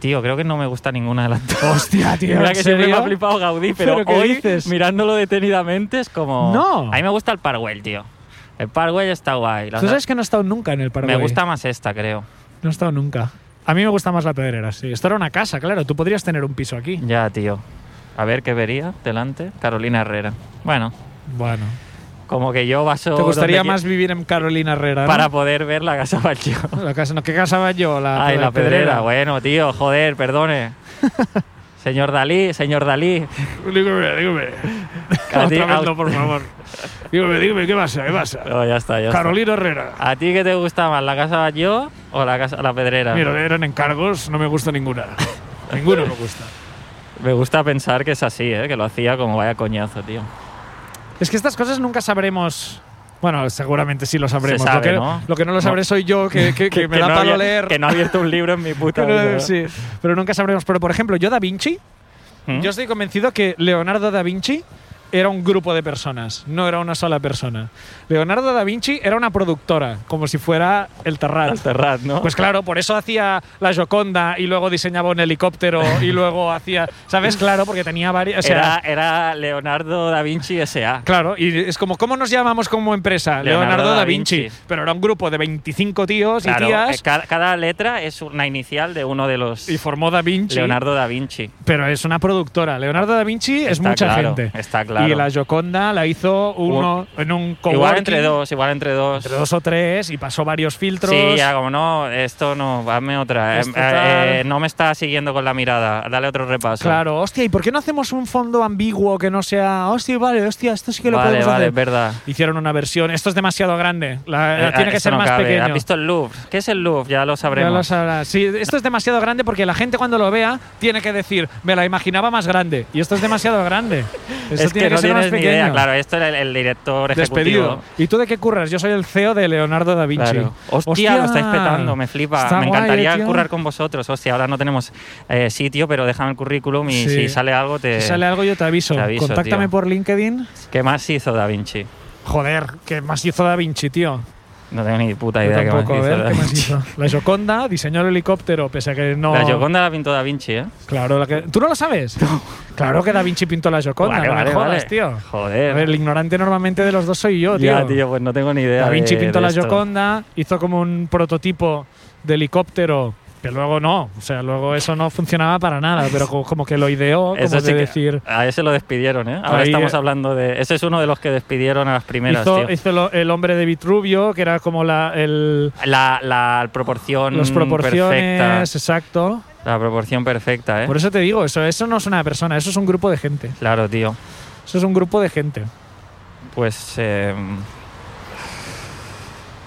[SPEAKER 1] Tío, creo que no me gusta ninguna de las dos.
[SPEAKER 2] Hostia, tío.
[SPEAKER 1] Mira
[SPEAKER 2] ¿en
[SPEAKER 1] que siempre me ha
[SPEAKER 2] serio?
[SPEAKER 1] flipado Gaudí, pero,
[SPEAKER 2] ¿Pero qué
[SPEAKER 1] hoy,
[SPEAKER 2] dices?
[SPEAKER 1] mirándolo detenidamente, es como.
[SPEAKER 2] No.
[SPEAKER 1] A mí me gusta el Parwell, tío. El Parwell está guay. Las-
[SPEAKER 2] Tú sabes que no he estado nunca en el Paraguay. ¿eh?
[SPEAKER 1] me gusta más esta, creo.
[SPEAKER 2] No he estado nunca. A mí me gusta más la pedrera, sí. Esto era una casa, claro. Tú podrías tener un piso aquí.
[SPEAKER 1] Ya, tío. A ver qué vería delante. Carolina Herrera. Bueno,
[SPEAKER 2] Bueno.
[SPEAKER 1] como que yo vaso.
[SPEAKER 2] ¿Te gustaría
[SPEAKER 1] donde
[SPEAKER 2] más vivir en Carolina Herrera?
[SPEAKER 1] qui-
[SPEAKER 2] no?
[SPEAKER 1] Para poder ver la casa Balchó.
[SPEAKER 2] La casa, no, ¿Qué casa va yo? La,
[SPEAKER 1] Ay, la pedrera. Bueno, tío, joder, perdone. señor Dalí, señor Dalí.
[SPEAKER 3] Dígame, dígame.
[SPEAKER 1] A ti-
[SPEAKER 3] Otra vez
[SPEAKER 1] a-
[SPEAKER 3] no, por favor. Dígame, dígame, ¿qué pasa? ¿Qué pasa?
[SPEAKER 1] No, Oh, ya está, ya está.
[SPEAKER 3] Carolina Herrera.
[SPEAKER 1] ¿A ti qué te gusta más, la casa Balchó o la casa la pedrera?
[SPEAKER 3] Mira,
[SPEAKER 2] eh.
[SPEAKER 3] eran encargos, no me gusta ninguna. ninguna me gusta.
[SPEAKER 1] Me gusta pensar que es así, ¿eh? que lo hacía como vaya coñazo, tío.
[SPEAKER 2] Es que estas cosas nunca sabremos. Bueno, seguramente sí lo sabremos.
[SPEAKER 1] sabe,
[SPEAKER 2] lo, que,
[SPEAKER 1] ¿no?
[SPEAKER 2] lo que no lo sabré
[SPEAKER 1] No.
[SPEAKER 2] soy yo, que, que- que me da
[SPEAKER 1] no
[SPEAKER 2] palo
[SPEAKER 1] había-
[SPEAKER 2] leer.
[SPEAKER 1] Que no ha abierto un libro en mi puta
[SPEAKER 2] Pero,
[SPEAKER 1] vida.
[SPEAKER 2] sí. Pero nunca sabremos. Pero, por ejemplo, yo Da Vinci,
[SPEAKER 1] ¿Mm?
[SPEAKER 2] yo estoy convencido que Leonardo Da Vinci era un grupo de personas, no era una sola persona. Leonardo da Vinci era una productora, como si fuera el Terrat.
[SPEAKER 1] Al Terrat, ¿no?
[SPEAKER 2] Pues claro, por eso hacía la Joconda y luego diseñaba un helicóptero y luego hacía, ¿sabes? Claro, porque tenía varias... o sea,
[SPEAKER 1] era, era Leonardo da Vinci S.A.
[SPEAKER 2] Claro, y es como, ¿cómo nos llamamos como empresa? Leonardo, da Vinci. Pero era un grupo de 25 tíos y
[SPEAKER 1] Claro,
[SPEAKER 2] tías
[SPEAKER 1] eh, ca- cada, letra es una inicial de uno de los
[SPEAKER 2] y formó Da Vinci.
[SPEAKER 1] Leonardo da Vinci.
[SPEAKER 2] Pero es una productora. Leonardo da Vinci es
[SPEAKER 1] Está
[SPEAKER 2] mucha
[SPEAKER 1] claro,
[SPEAKER 2] gente.
[SPEAKER 1] está claro.
[SPEAKER 2] Y la Gioconda la hizo uno en un coworking.
[SPEAKER 1] Igual entre dos, igual entre dos.
[SPEAKER 2] entre dos o tres y pasó varios filtros.
[SPEAKER 1] Sí, ya como no, esto no, dame otra.
[SPEAKER 2] Esto
[SPEAKER 1] Eh, eh,
[SPEAKER 2] tal.
[SPEAKER 1] eh, no me está siguiendo con la mirada, dale otro repaso.
[SPEAKER 2] Claro, hostia, ¿y por qué no hacemos un fondo ambiguo que no sea, hostia, vale, hostia, esto sí que lo
[SPEAKER 1] vale,
[SPEAKER 2] podemos
[SPEAKER 1] vale, es
[SPEAKER 2] hacer?
[SPEAKER 1] verdad.
[SPEAKER 2] Hicieron una versión, esto es demasiado grande, la-
[SPEAKER 1] Eh,
[SPEAKER 2] tiene que
[SPEAKER 1] esto
[SPEAKER 2] ser
[SPEAKER 1] no
[SPEAKER 2] más
[SPEAKER 1] cabe. ¿Has
[SPEAKER 2] pequeño.
[SPEAKER 1] visto el Louvre? ¿Qué es el Louvre? Ya lo
[SPEAKER 2] Ya
[SPEAKER 1] sabremos.
[SPEAKER 2] lo sabrás. Sí, esto es demasiado grande porque la gente cuando lo vea tiene que decir, me la imaginaba más grande. Y esto es demasiado grande. Esto
[SPEAKER 1] es que,
[SPEAKER 2] tiene que,
[SPEAKER 1] no
[SPEAKER 2] ser
[SPEAKER 1] tienes
[SPEAKER 2] más
[SPEAKER 1] ni
[SPEAKER 2] pequeño.
[SPEAKER 1] idea, claro. Esto era el, el director
[SPEAKER 2] Despedido.
[SPEAKER 1] ejecutivo.
[SPEAKER 2] ¿Y tú de qué curras? Yo soy el CEO de Leonardo da Vinci.
[SPEAKER 1] Claro. Hostia, lo estáis petando, me flipa.
[SPEAKER 2] Está
[SPEAKER 1] me
[SPEAKER 2] guay, eh,
[SPEAKER 1] encantaría
[SPEAKER 2] tío.
[SPEAKER 1] currar con vosotros. Hostia, ahora no tenemos eh, sitio, pero déjame el currículum y
[SPEAKER 2] Sí.
[SPEAKER 1] si sale algo te.
[SPEAKER 2] Si sale algo yo te aviso.
[SPEAKER 1] te aviso,
[SPEAKER 2] Contáctame
[SPEAKER 1] tío.
[SPEAKER 2] por LinkedIn.
[SPEAKER 1] ¿Qué más hizo Da Vinci?
[SPEAKER 2] Joder, ¿qué más hizo da Vinci, tío?
[SPEAKER 1] No tengo ni puta
[SPEAKER 2] Yo
[SPEAKER 1] idea qué más
[SPEAKER 2] tampoco,
[SPEAKER 1] hizo
[SPEAKER 2] a ver,
[SPEAKER 1] Da
[SPEAKER 2] ¿qué más
[SPEAKER 1] Vinci.
[SPEAKER 2] hizo? La Gioconda diseñó el helicóptero, pese a que no...
[SPEAKER 1] La Gioconda la pintó Da Vinci, ¿eh?
[SPEAKER 2] Claro, la que... ¿tú no lo sabes? Claro que da Vinci pintó la Gioconda,
[SPEAKER 1] Vale,
[SPEAKER 2] no
[SPEAKER 1] vale,
[SPEAKER 2] me jodas,
[SPEAKER 1] vale.
[SPEAKER 2] tío.
[SPEAKER 1] Joder.
[SPEAKER 2] A ver, el ignorante normalmente de los dos soy yo, tío.
[SPEAKER 1] Ya, tío, pues no tengo ni idea.
[SPEAKER 2] Da Vinci
[SPEAKER 1] de-
[SPEAKER 2] pintó
[SPEAKER 1] de
[SPEAKER 2] la
[SPEAKER 1] esto.
[SPEAKER 2] Gioconda, hizo como un prototipo de helicóptero, que luego no, o sea, luego eso no funcionaba para nada, pero co- como que lo ideó, como
[SPEAKER 1] Eso sí
[SPEAKER 2] de
[SPEAKER 1] que-
[SPEAKER 2] decir,
[SPEAKER 1] a ese lo despidieron, ¿eh? Ahora
[SPEAKER 2] Ahí,
[SPEAKER 1] estamos
[SPEAKER 2] eh.
[SPEAKER 1] hablando de. Ese es uno de los que despidieron a las primeras,
[SPEAKER 2] hizo,
[SPEAKER 1] tío.
[SPEAKER 2] hizo lo- el hombre de Vitruvio, que era como la, el,
[SPEAKER 1] La, la proporción
[SPEAKER 2] las proporciones,
[SPEAKER 1] Mm, perfecta.
[SPEAKER 2] exacto.
[SPEAKER 1] La proporción perfecta, ¿eh?
[SPEAKER 2] Por eso te digo, eso, eso no es una persona, eso es un grupo de gente,
[SPEAKER 1] Claro, tío.
[SPEAKER 2] eso es un grupo de gente.
[SPEAKER 1] Pues eh,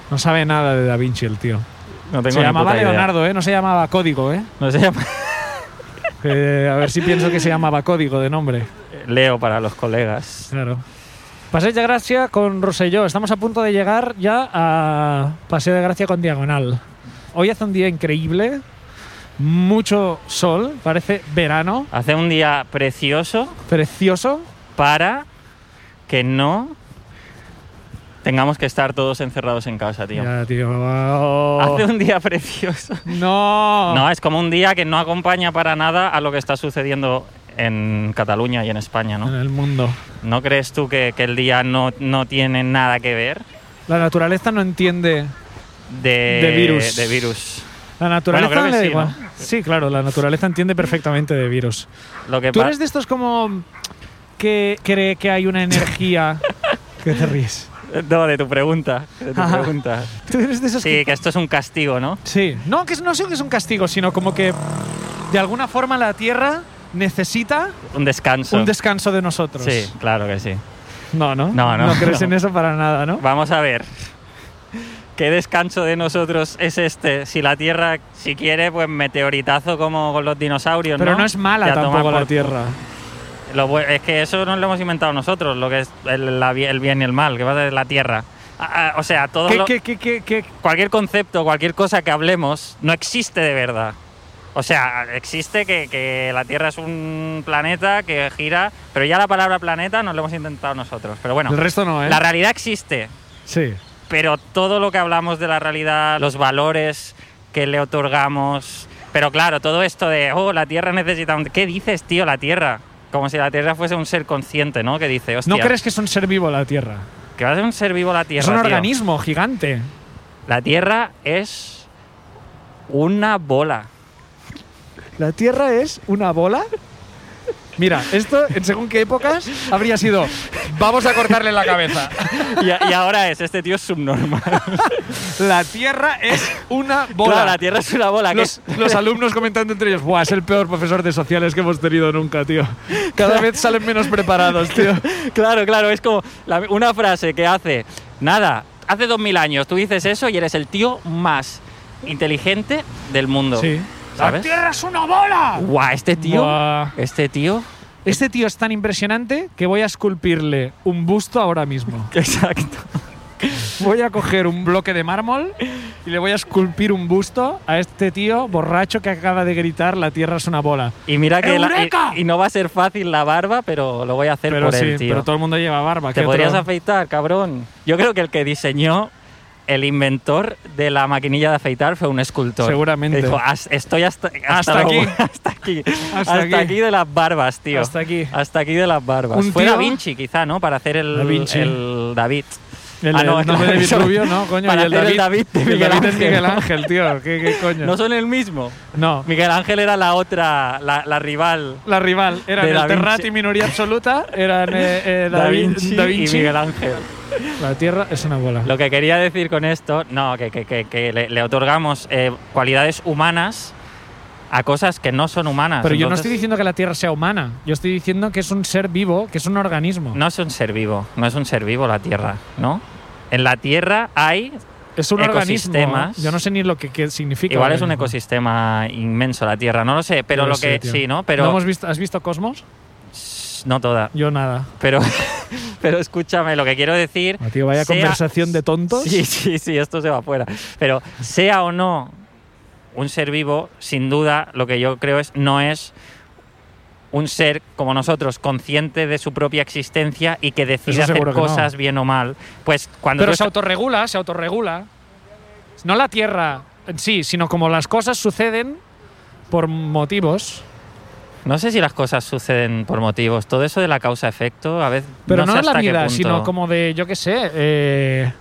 [SPEAKER 2] No sabe nada de Da Vinci el tío.
[SPEAKER 1] no tengo
[SPEAKER 2] Se
[SPEAKER 1] ni
[SPEAKER 2] llamaba
[SPEAKER 1] puta idea.
[SPEAKER 2] Leonardo, ¿eh? no se llamaba Código, ¿eh?
[SPEAKER 1] No se llama
[SPEAKER 2] Que, a ver si pienso que se llamaba Código de nombre.
[SPEAKER 1] Leo para los colegas.
[SPEAKER 2] Claro. Paseo de Gracia con Roselló. Estamos a punto de llegar ya a Paseo de Gracia con Diagonal. Hoy hace un día increíble, mucho sol, parece verano,
[SPEAKER 1] Hace un día precioso
[SPEAKER 2] precioso.
[SPEAKER 1] para que no tengamos que estar todos encerrados en casa, tío.
[SPEAKER 2] Ya, tío. oh.
[SPEAKER 1] Hace un día precioso.
[SPEAKER 2] No.
[SPEAKER 1] No, es como un día que no acompaña para nada a lo que está sucediendo en Cataluña y en España,
[SPEAKER 2] En
[SPEAKER 1] ¿no?
[SPEAKER 2] el mundo.
[SPEAKER 1] ¿No crees tú que, que el día no, no tiene nada que ver
[SPEAKER 2] La naturaleza no entiende.
[SPEAKER 1] de,
[SPEAKER 2] De virus.
[SPEAKER 1] de virus?
[SPEAKER 2] La naturaleza
[SPEAKER 1] creo que
[SPEAKER 2] le da
[SPEAKER 1] sí,
[SPEAKER 2] igual. Sí, claro, la naturaleza entiende perfectamente de virus.
[SPEAKER 1] Lo que
[SPEAKER 2] Tú
[SPEAKER 1] pa-
[SPEAKER 2] eres de estos como que cree que hay una energía que te ríes.
[SPEAKER 1] No, de tu pregunta. De tu
[SPEAKER 2] Ajá.
[SPEAKER 1] pregunta.
[SPEAKER 2] Tú eres de esos
[SPEAKER 1] Sí, que esto es un castigo, ¿no?
[SPEAKER 2] Sí, no, que es- no sé que es un castigo, sino como que de alguna forma la Tierra necesita
[SPEAKER 1] Un descanso.
[SPEAKER 2] un descanso de nosotros.
[SPEAKER 1] Sí, claro que sí.
[SPEAKER 2] No, no.
[SPEAKER 1] No, no,
[SPEAKER 2] No crees
[SPEAKER 1] no.
[SPEAKER 2] en eso para nada, ¿no?
[SPEAKER 1] Vamos a ver. ¿Qué descanso de nosotros es este? Si la Tierra, si quiere, pues meteoritazo como con los dinosaurios,
[SPEAKER 2] Pero no es mala
[SPEAKER 1] Ya toma
[SPEAKER 2] tampoco la
[SPEAKER 1] por-
[SPEAKER 2] Tierra.
[SPEAKER 1] Lo bu- es que eso no lo hemos inventado nosotros, lo que es el, la bi- el bien y el mal, que va de la Tierra. Ah, ah, o sea, todo
[SPEAKER 2] ¿Qué,
[SPEAKER 1] lo-
[SPEAKER 2] qué, qué, qué, qué?
[SPEAKER 1] cualquier concepto, cualquier cosa que hablemos, no existe de verdad. O sea, existe que, que la Tierra es un planeta que gira, pero ya la palabra planeta no lo hemos intentado nosotros. Pero bueno,
[SPEAKER 2] El resto no, ¿eh?
[SPEAKER 1] la realidad existe,
[SPEAKER 2] sí.
[SPEAKER 1] pero todo lo que hablamos de la realidad, los valores que le otorgamos. Pero claro, todo esto de, oh, la Tierra necesita un... ¿Qué dices, tío, la Tierra? Como si la Tierra fuese un ser consciente, ¿no? Que dice, hostia,
[SPEAKER 2] ¿No crees que es un ser vivo la Tierra?
[SPEAKER 1] que va a ser un ser vivo la Tierra.
[SPEAKER 2] es un
[SPEAKER 1] tío?
[SPEAKER 2] organismo gigante.
[SPEAKER 1] La Tierra es una bola.
[SPEAKER 2] ¿La Tierra es una bola? Mira, esto en según qué épocas habría sido vamos a cortarle la cabeza.
[SPEAKER 1] Y, a- y ahora es, este tío es subnormal.
[SPEAKER 2] La Tierra es una bola.
[SPEAKER 1] Claro, la Tierra es una bola. que
[SPEAKER 2] Los, los alumnos comentando entre ellos, ¡buah! Es el peor profesor de sociales que hemos tenido nunca, tío. Cada vez salen menos preparados, tío.
[SPEAKER 1] Claro, claro, es como la- una frase que hace, nada, hace dos mil años tú dices eso y eres el tío más inteligente del mundo.
[SPEAKER 2] Sí.
[SPEAKER 1] ¿Sabes?
[SPEAKER 2] Tierra es una bola!
[SPEAKER 1] Guau, este tío,
[SPEAKER 2] Buah.
[SPEAKER 1] este tío.
[SPEAKER 2] Este tío es tan impresionante que voy a esculpirle un busto ahora mismo.
[SPEAKER 1] Exacto.
[SPEAKER 3] Voy a coger un bloque de mármol y le voy a esculpir un busto a este tío borracho que acaba de gritar la tierra es una bola.
[SPEAKER 1] Y mira que la-
[SPEAKER 3] ¡Eureka!
[SPEAKER 1] y, y no va a ser fácil la barba, pero lo voy a hacer
[SPEAKER 3] Pero
[SPEAKER 1] por
[SPEAKER 3] sí,
[SPEAKER 1] él, tío.
[SPEAKER 3] pero todo el mundo lleva barba.
[SPEAKER 1] Te
[SPEAKER 3] ¿qué
[SPEAKER 1] podrías
[SPEAKER 3] otro?
[SPEAKER 1] afeitar, cabrón. Yo creo que el que diseñó, el inventor de la maquinilla de afeitar fue un escultor.
[SPEAKER 3] Seguramente.
[SPEAKER 1] Que Dijo, "Has- estoy hasta, hasta,
[SPEAKER 3] Hasta
[SPEAKER 1] la-
[SPEAKER 3] aquí.
[SPEAKER 1] hasta aquí.
[SPEAKER 3] Hasta
[SPEAKER 1] Hasta,
[SPEAKER 3] aquí.
[SPEAKER 1] aquí. de las barbas, tío.
[SPEAKER 3] Hasta aquí.
[SPEAKER 1] Hasta aquí de las barbas.
[SPEAKER 3] Un
[SPEAKER 1] Fue
[SPEAKER 3] tío-
[SPEAKER 1] Da Vinci, quizá, ¿no? Para hacer el,
[SPEAKER 3] Da Vinci.
[SPEAKER 1] el David.
[SPEAKER 3] El,
[SPEAKER 1] Ah, no,
[SPEAKER 3] el
[SPEAKER 1] no,
[SPEAKER 3] nombre de
[SPEAKER 1] eso-
[SPEAKER 3] Vitruvio, ¿no? Coño,
[SPEAKER 1] para
[SPEAKER 3] y el David,
[SPEAKER 1] hacer el David de
[SPEAKER 3] y el
[SPEAKER 1] Miguel
[SPEAKER 3] David es
[SPEAKER 1] Ángel.
[SPEAKER 3] Miguel Ángel, tío. ¿Qué, qué coño?
[SPEAKER 1] No son el mismo.
[SPEAKER 3] no.
[SPEAKER 1] Miguel Ángel era la otra, la, la rival.
[SPEAKER 3] La rival eran
[SPEAKER 1] De Da
[SPEAKER 3] el
[SPEAKER 1] Vinci.
[SPEAKER 3] Terrat y Minoría Absoluta, eran eh, eh,
[SPEAKER 1] Da
[SPEAKER 3] David-
[SPEAKER 1] Vinci,
[SPEAKER 3] Da Vinci.
[SPEAKER 1] y Miguel Ángel.
[SPEAKER 3] La Tierra es una bola.
[SPEAKER 1] Lo que quería decir con esto, no, que, que- que- que le, le otorgamos eh, cualidades humanas a cosas que no son humanas.
[SPEAKER 2] Pero yo no estoy
[SPEAKER 1] Entonces,
[SPEAKER 2] diciendo que la Tierra sea humana. Yo estoy diciendo que es un ser vivo, que es un organismo.
[SPEAKER 1] No es un ser vivo, no es un ser vivo la Tierra, ¿no? En la Tierra hay,
[SPEAKER 2] es un organismo.
[SPEAKER 1] ecosistemas.
[SPEAKER 2] Yo no sé ni lo que, que significa.
[SPEAKER 1] igual es un
[SPEAKER 2] organismo.
[SPEAKER 1] ecosistema inmenso la Tierra, no lo sé, pero
[SPEAKER 2] No
[SPEAKER 1] lo
[SPEAKER 2] sé,
[SPEAKER 1] que
[SPEAKER 2] tío.
[SPEAKER 1] sí, ¿no? Pero
[SPEAKER 2] ¿No hemos visto, ¿Has visto Cosmos?
[SPEAKER 1] no toda,
[SPEAKER 2] Yo nada.
[SPEAKER 1] pero pero escúchame, lo que quiero decir
[SPEAKER 2] Ah, tío, vaya
[SPEAKER 1] sea-
[SPEAKER 2] conversación de tontos.
[SPEAKER 1] Sí, sí, sí, esto se va afuera. Pero sea o no un ser vivo, sin duda, lo que yo creo es no es un ser como nosotros, consciente de su propia existencia y que decide
[SPEAKER 2] Eso
[SPEAKER 1] hacer
[SPEAKER 2] seguro que no.
[SPEAKER 1] cosas bien o mal. Pues cuando
[SPEAKER 2] Pero
[SPEAKER 1] tú
[SPEAKER 2] se
[SPEAKER 1] estás-
[SPEAKER 2] autorregula, se autorregula. No la Tierra en sí, sino como las cosas suceden por motivos.
[SPEAKER 1] no sé si las cosas suceden por motivos, todo eso de la causa-efecto, a veces
[SPEAKER 2] Pero
[SPEAKER 1] no,
[SPEAKER 2] no,
[SPEAKER 1] sé
[SPEAKER 2] es la
[SPEAKER 1] hasta qué
[SPEAKER 2] vida,
[SPEAKER 1] punto.
[SPEAKER 2] sino como de, yo qué sé. eh,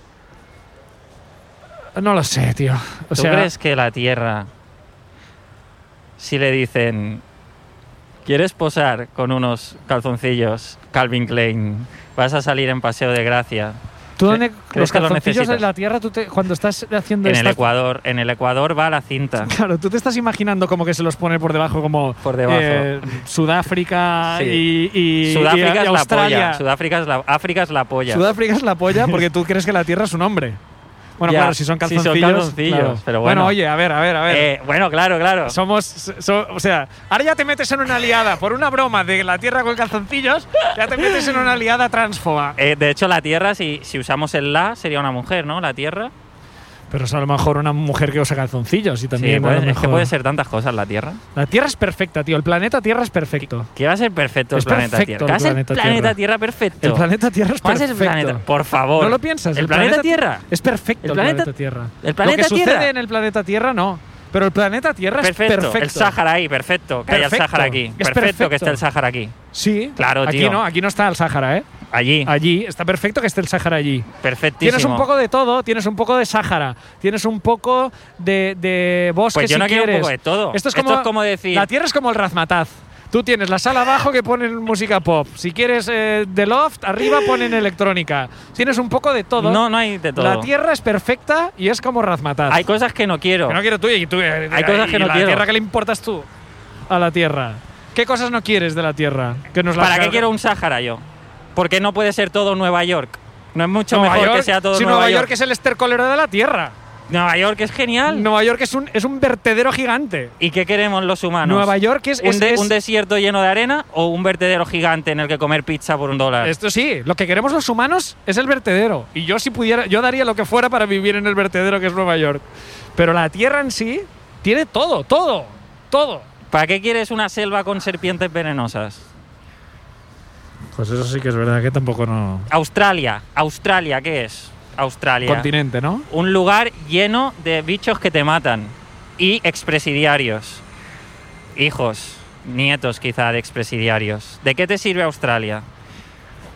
[SPEAKER 2] No lo sé, tío. O
[SPEAKER 1] ¿Tú
[SPEAKER 2] sea,
[SPEAKER 1] crees que la Tierra, si le dicen, ¿quieres posar con unos calzoncillos Calvin Klein? ¿Vas a salir en paseo de gracia?
[SPEAKER 2] ¿tú
[SPEAKER 1] cre-
[SPEAKER 2] dónde-
[SPEAKER 1] crees
[SPEAKER 2] los
[SPEAKER 1] que lo
[SPEAKER 2] calzoncillos de
[SPEAKER 1] necesitas?
[SPEAKER 2] la Tierra, tú te- cuando estás haciendo
[SPEAKER 1] En el
[SPEAKER 2] estas-
[SPEAKER 1] Ecuador, en el Ecuador va la cinta.
[SPEAKER 2] Claro, tú te estás imaginando como que se los pone por debajo, como
[SPEAKER 1] Por debajo.
[SPEAKER 2] eh, Sudáfrica
[SPEAKER 1] Sí.
[SPEAKER 2] y, y- y-
[SPEAKER 1] Sudáfrica
[SPEAKER 2] y
[SPEAKER 1] es la
[SPEAKER 2] Australia.
[SPEAKER 1] polla. Sudáfrica es la, África es la polla.
[SPEAKER 2] Sudáfrica es la polla porque tú crees que la Tierra es un hombre. Bueno,
[SPEAKER 1] Ya,
[SPEAKER 2] claro, si son
[SPEAKER 1] si son
[SPEAKER 2] calzoncillos.
[SPEAKER 1] calzoncillos,
[SPEAKER 2] claro.
[SPEAKER 1] pero bueno.
[SPEAKER 2] oye, a ver, a ver, a ver.
[SPEAKER 1] Eh, bueno, claro, claro.
[SPEAKER 2] Somos, so- o sea, ahora ya te metes en una liada por una broma de la Tierra con calzoncillos, ya te metes en una liada transfoba.
[SPEAKER 1] Eh, de hecho, la Tierra, si, si usamos el la, sería una mujer, ¿no? La Tierra.
[SPEAKER 2] Pero es a lo mejor una mujer que usa calzoncillos y también.
[SPEAKER 1] Sí,
[SPEAKER 2] a lo
[SPEAKER 1] puede- es que
[SPEAKER 2] mejor.
[SPEAKER 1] puede ser tantas cosas la Tierra.
[SPEAKER 2] La Tierra es perfecta, tío. El planeta Tierra es perfecto.
[SPEAKER 1] Que va a ser perfecto
[SPEAKER 2] Es
[SPEAKER 1] el planeta
[SPEAKER 2] perfecto
[SPEAKER 1] Tierra.
[SPEAKER 2] el
[SPEAKER 1] Que va a ser el
[SPEAKER 2] planeta Tierra.
[SPEAKER 1] planeta Tierra perfecto.
[SPEAKER 2] El planeta Tierra es
[SPEAKER 1] ¿Cuál es
[SPEAKER 2] perfecto.
[SPEAKER 1] el planeta? Por favor.
[SPEAKER 2] No lo piensas.
[SPEAKER 1] El, planeta, Tierra.
[SPEAKER 2] Es perfecto el,
[SPEAKER 1] El
[SPEAKER 2] planeta,
[SPEAKER 1] planeta-
[SPEAKER 2] Tierra.
[SPEAKER 1] el planeta
[SPEAKER 2] lo que sucede
[SPEAKER 1] Tierra.
[SPEAKER 2] en el planeta Tierra no. Pero el planeta Tierra
[SPEAKER 1] Perfecto.
[SPEAKER 2] es perfecto.
[SPEAKER 1] El Sáhara ahí, perfecto. Que haya el
[SPEAKER 2] Perfecto.
[SPEAKER 1] Sáhara aquí.
[SPEAKER 2] Es
[SPEAKER 1] perfecto,
[SPEAKER 2] perfecto.
[SPEAKER 1] que esté el Sáhara aquí.
[SPEAKER 2] Sí.
[SPEAKER 1] Claro,
[SPEAKER 2] aquí
[SPEAKER 1] tío.
[SPEAKER 2] no, aquí no está el Sáhara, ¿eh?
[SPEAKER 1] Allí.
[SPEAKER 2] Allí está perfecto que esté el Sáhara allí.
[SPEAKER 1] Perfectísimo.
[SPEAKER 2] Tienes un poco de todo, tienes un poco de Sáhara, tienes un poco de, de bosque
[SPEAKER 1] Pues yo
[SPEAKER 2] si
[SPEAKER 1] no quiero un
[SPEAKER 2] quieres.
[SPEAKER 1] poco de todo.
[SPEAKER 2] Esto es
[SPEAKER 1] Esto
[SPEAKER 2] como,
[SPEAKER 1] es como decir-
[SPEAKER 2] La tierra es como el razmataz. Tú tienes la sala abajo que ponen música pop. Si quieres eh, The Loft, arriba ponen electrónica. Tienes un poco de todo.
[SPEAKER 1] No, no hay de todo.
[SPEAKER 2] La tierra es perfecta y es como razmataz.
[SPEAKER 1] Hay cosas que no quiero.
[SPEAKER 2] Que no quiero tú y tú.
[SPEAKER 1] Hay cosas que no
[SPEAKER 2] la
[SPEAKER 1] quiero.
[SPEAKER 2] tierra que le importas tú a la tierra. ¿Qué cosas no quieres de la tierra? Que nos las
[SPEAKER 1] ¿Para qué
[SPEAKER 2] cargue-
[SPEAKER 1] quiero un Sáhara yo? Porque no puede ser todo Nueva York. No es mucho
[SPEAKER 2] Nueva
[SPEAKER 1] mejor
[SPEAKER 2] York?
[SPEAKER 1] que sea todo
[SPEAKER 2] si
[SPEAKER 1] Nueva,
[SPEAKER 2] Nueva
[SPEAKER 1] York.
[SPEAKER 2] York es el estercolero de la tierra.
[SPEAKER 1] Nueva York es genial.
[SPEAKER 2] Nueva York es un, es un vertedero gigante.
[SPEAKER 1] ¿Y qué queremos los humanos?
[SPEAKER 2] Nueva York es. es-
[SPEAKER 1] ¿Un, de-
[SPEAKER 2] es-
[SPEAKER 1] un desierto lleno de arena o un vertedero gigante en el que comer pizza por un dólar?
[SPEAKER 2] esto sí, lo que queremos los humanos es el vertedero. Y yo, si pudiera, yo daría lo que fuera para vivir en el vertedero que es Nueva York. Pero la tierra en sí tiene todo, todo, todo.
[SPEAKER 1] ¿Para qué quieres una selva con serpientes venenosas?
[SPEAKER 2] Pues eso sí que es verdad que tampoco no.
[SPEAKER 1] Australia. ¿Australia qué es? Australia.
[SPEAKER 2] Continente, ¿no?
[SPEAKER 1] un lugar lleno de bichos que te matan y expresidiarios. Hijos, nietos quizá de expresidiarios. ¿De qué te sirve Australia?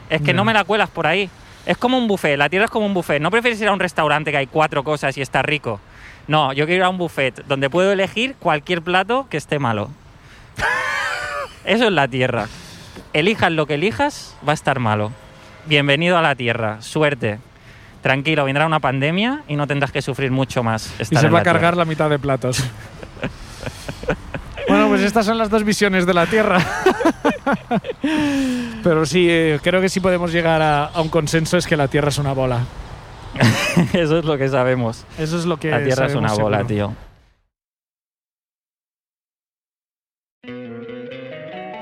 [SPEAKER 1] Es
[SPEAKER 2] Mm.
[SPEAKER 1] que no me la cuelas por ahí. Es como un buffet, la tierra es como un buffet. ¿No prefieres ir a un restaurante que hay cuatro cosas y está rico? No, yo quiero ir a un buffet donde puedo elegir cualquier plato que esté malo. Eso es la tierra. Elijas lo que elijas, va a estar malo. Bienvenido a la tierra, suerte. Tranquilo, vendrá una pandemia y no tendrás que sufrir mucho más.
[SPEAKER 2] Y
[SPEAKER 1] estar
[SPEAKER 2] se
[SPEAKER 1] en
[SPEAKER 2] va
[SPEAKER 1] la
[SPEAKER 2] a cargar
[SPEAKER 1] Tierra.
[SPEAKER 2] la mitad de platos. bueno, pues estas son las dos visiones de la Tierra. Pero sí, eh, creo que sí podemos llegar a, a un consenso es que la Tierra es una bola.
[SPEAKER 1] Eso es lo que sabemos.
[SPEAKER 2] Eso es lo que
[SPEAKER 1] La tierra es una
[SPEAKER 2] sabemos
[SPEAKER 1] bola,
[SPEAKER 2] seguro.
[SPEAKER 1] tío.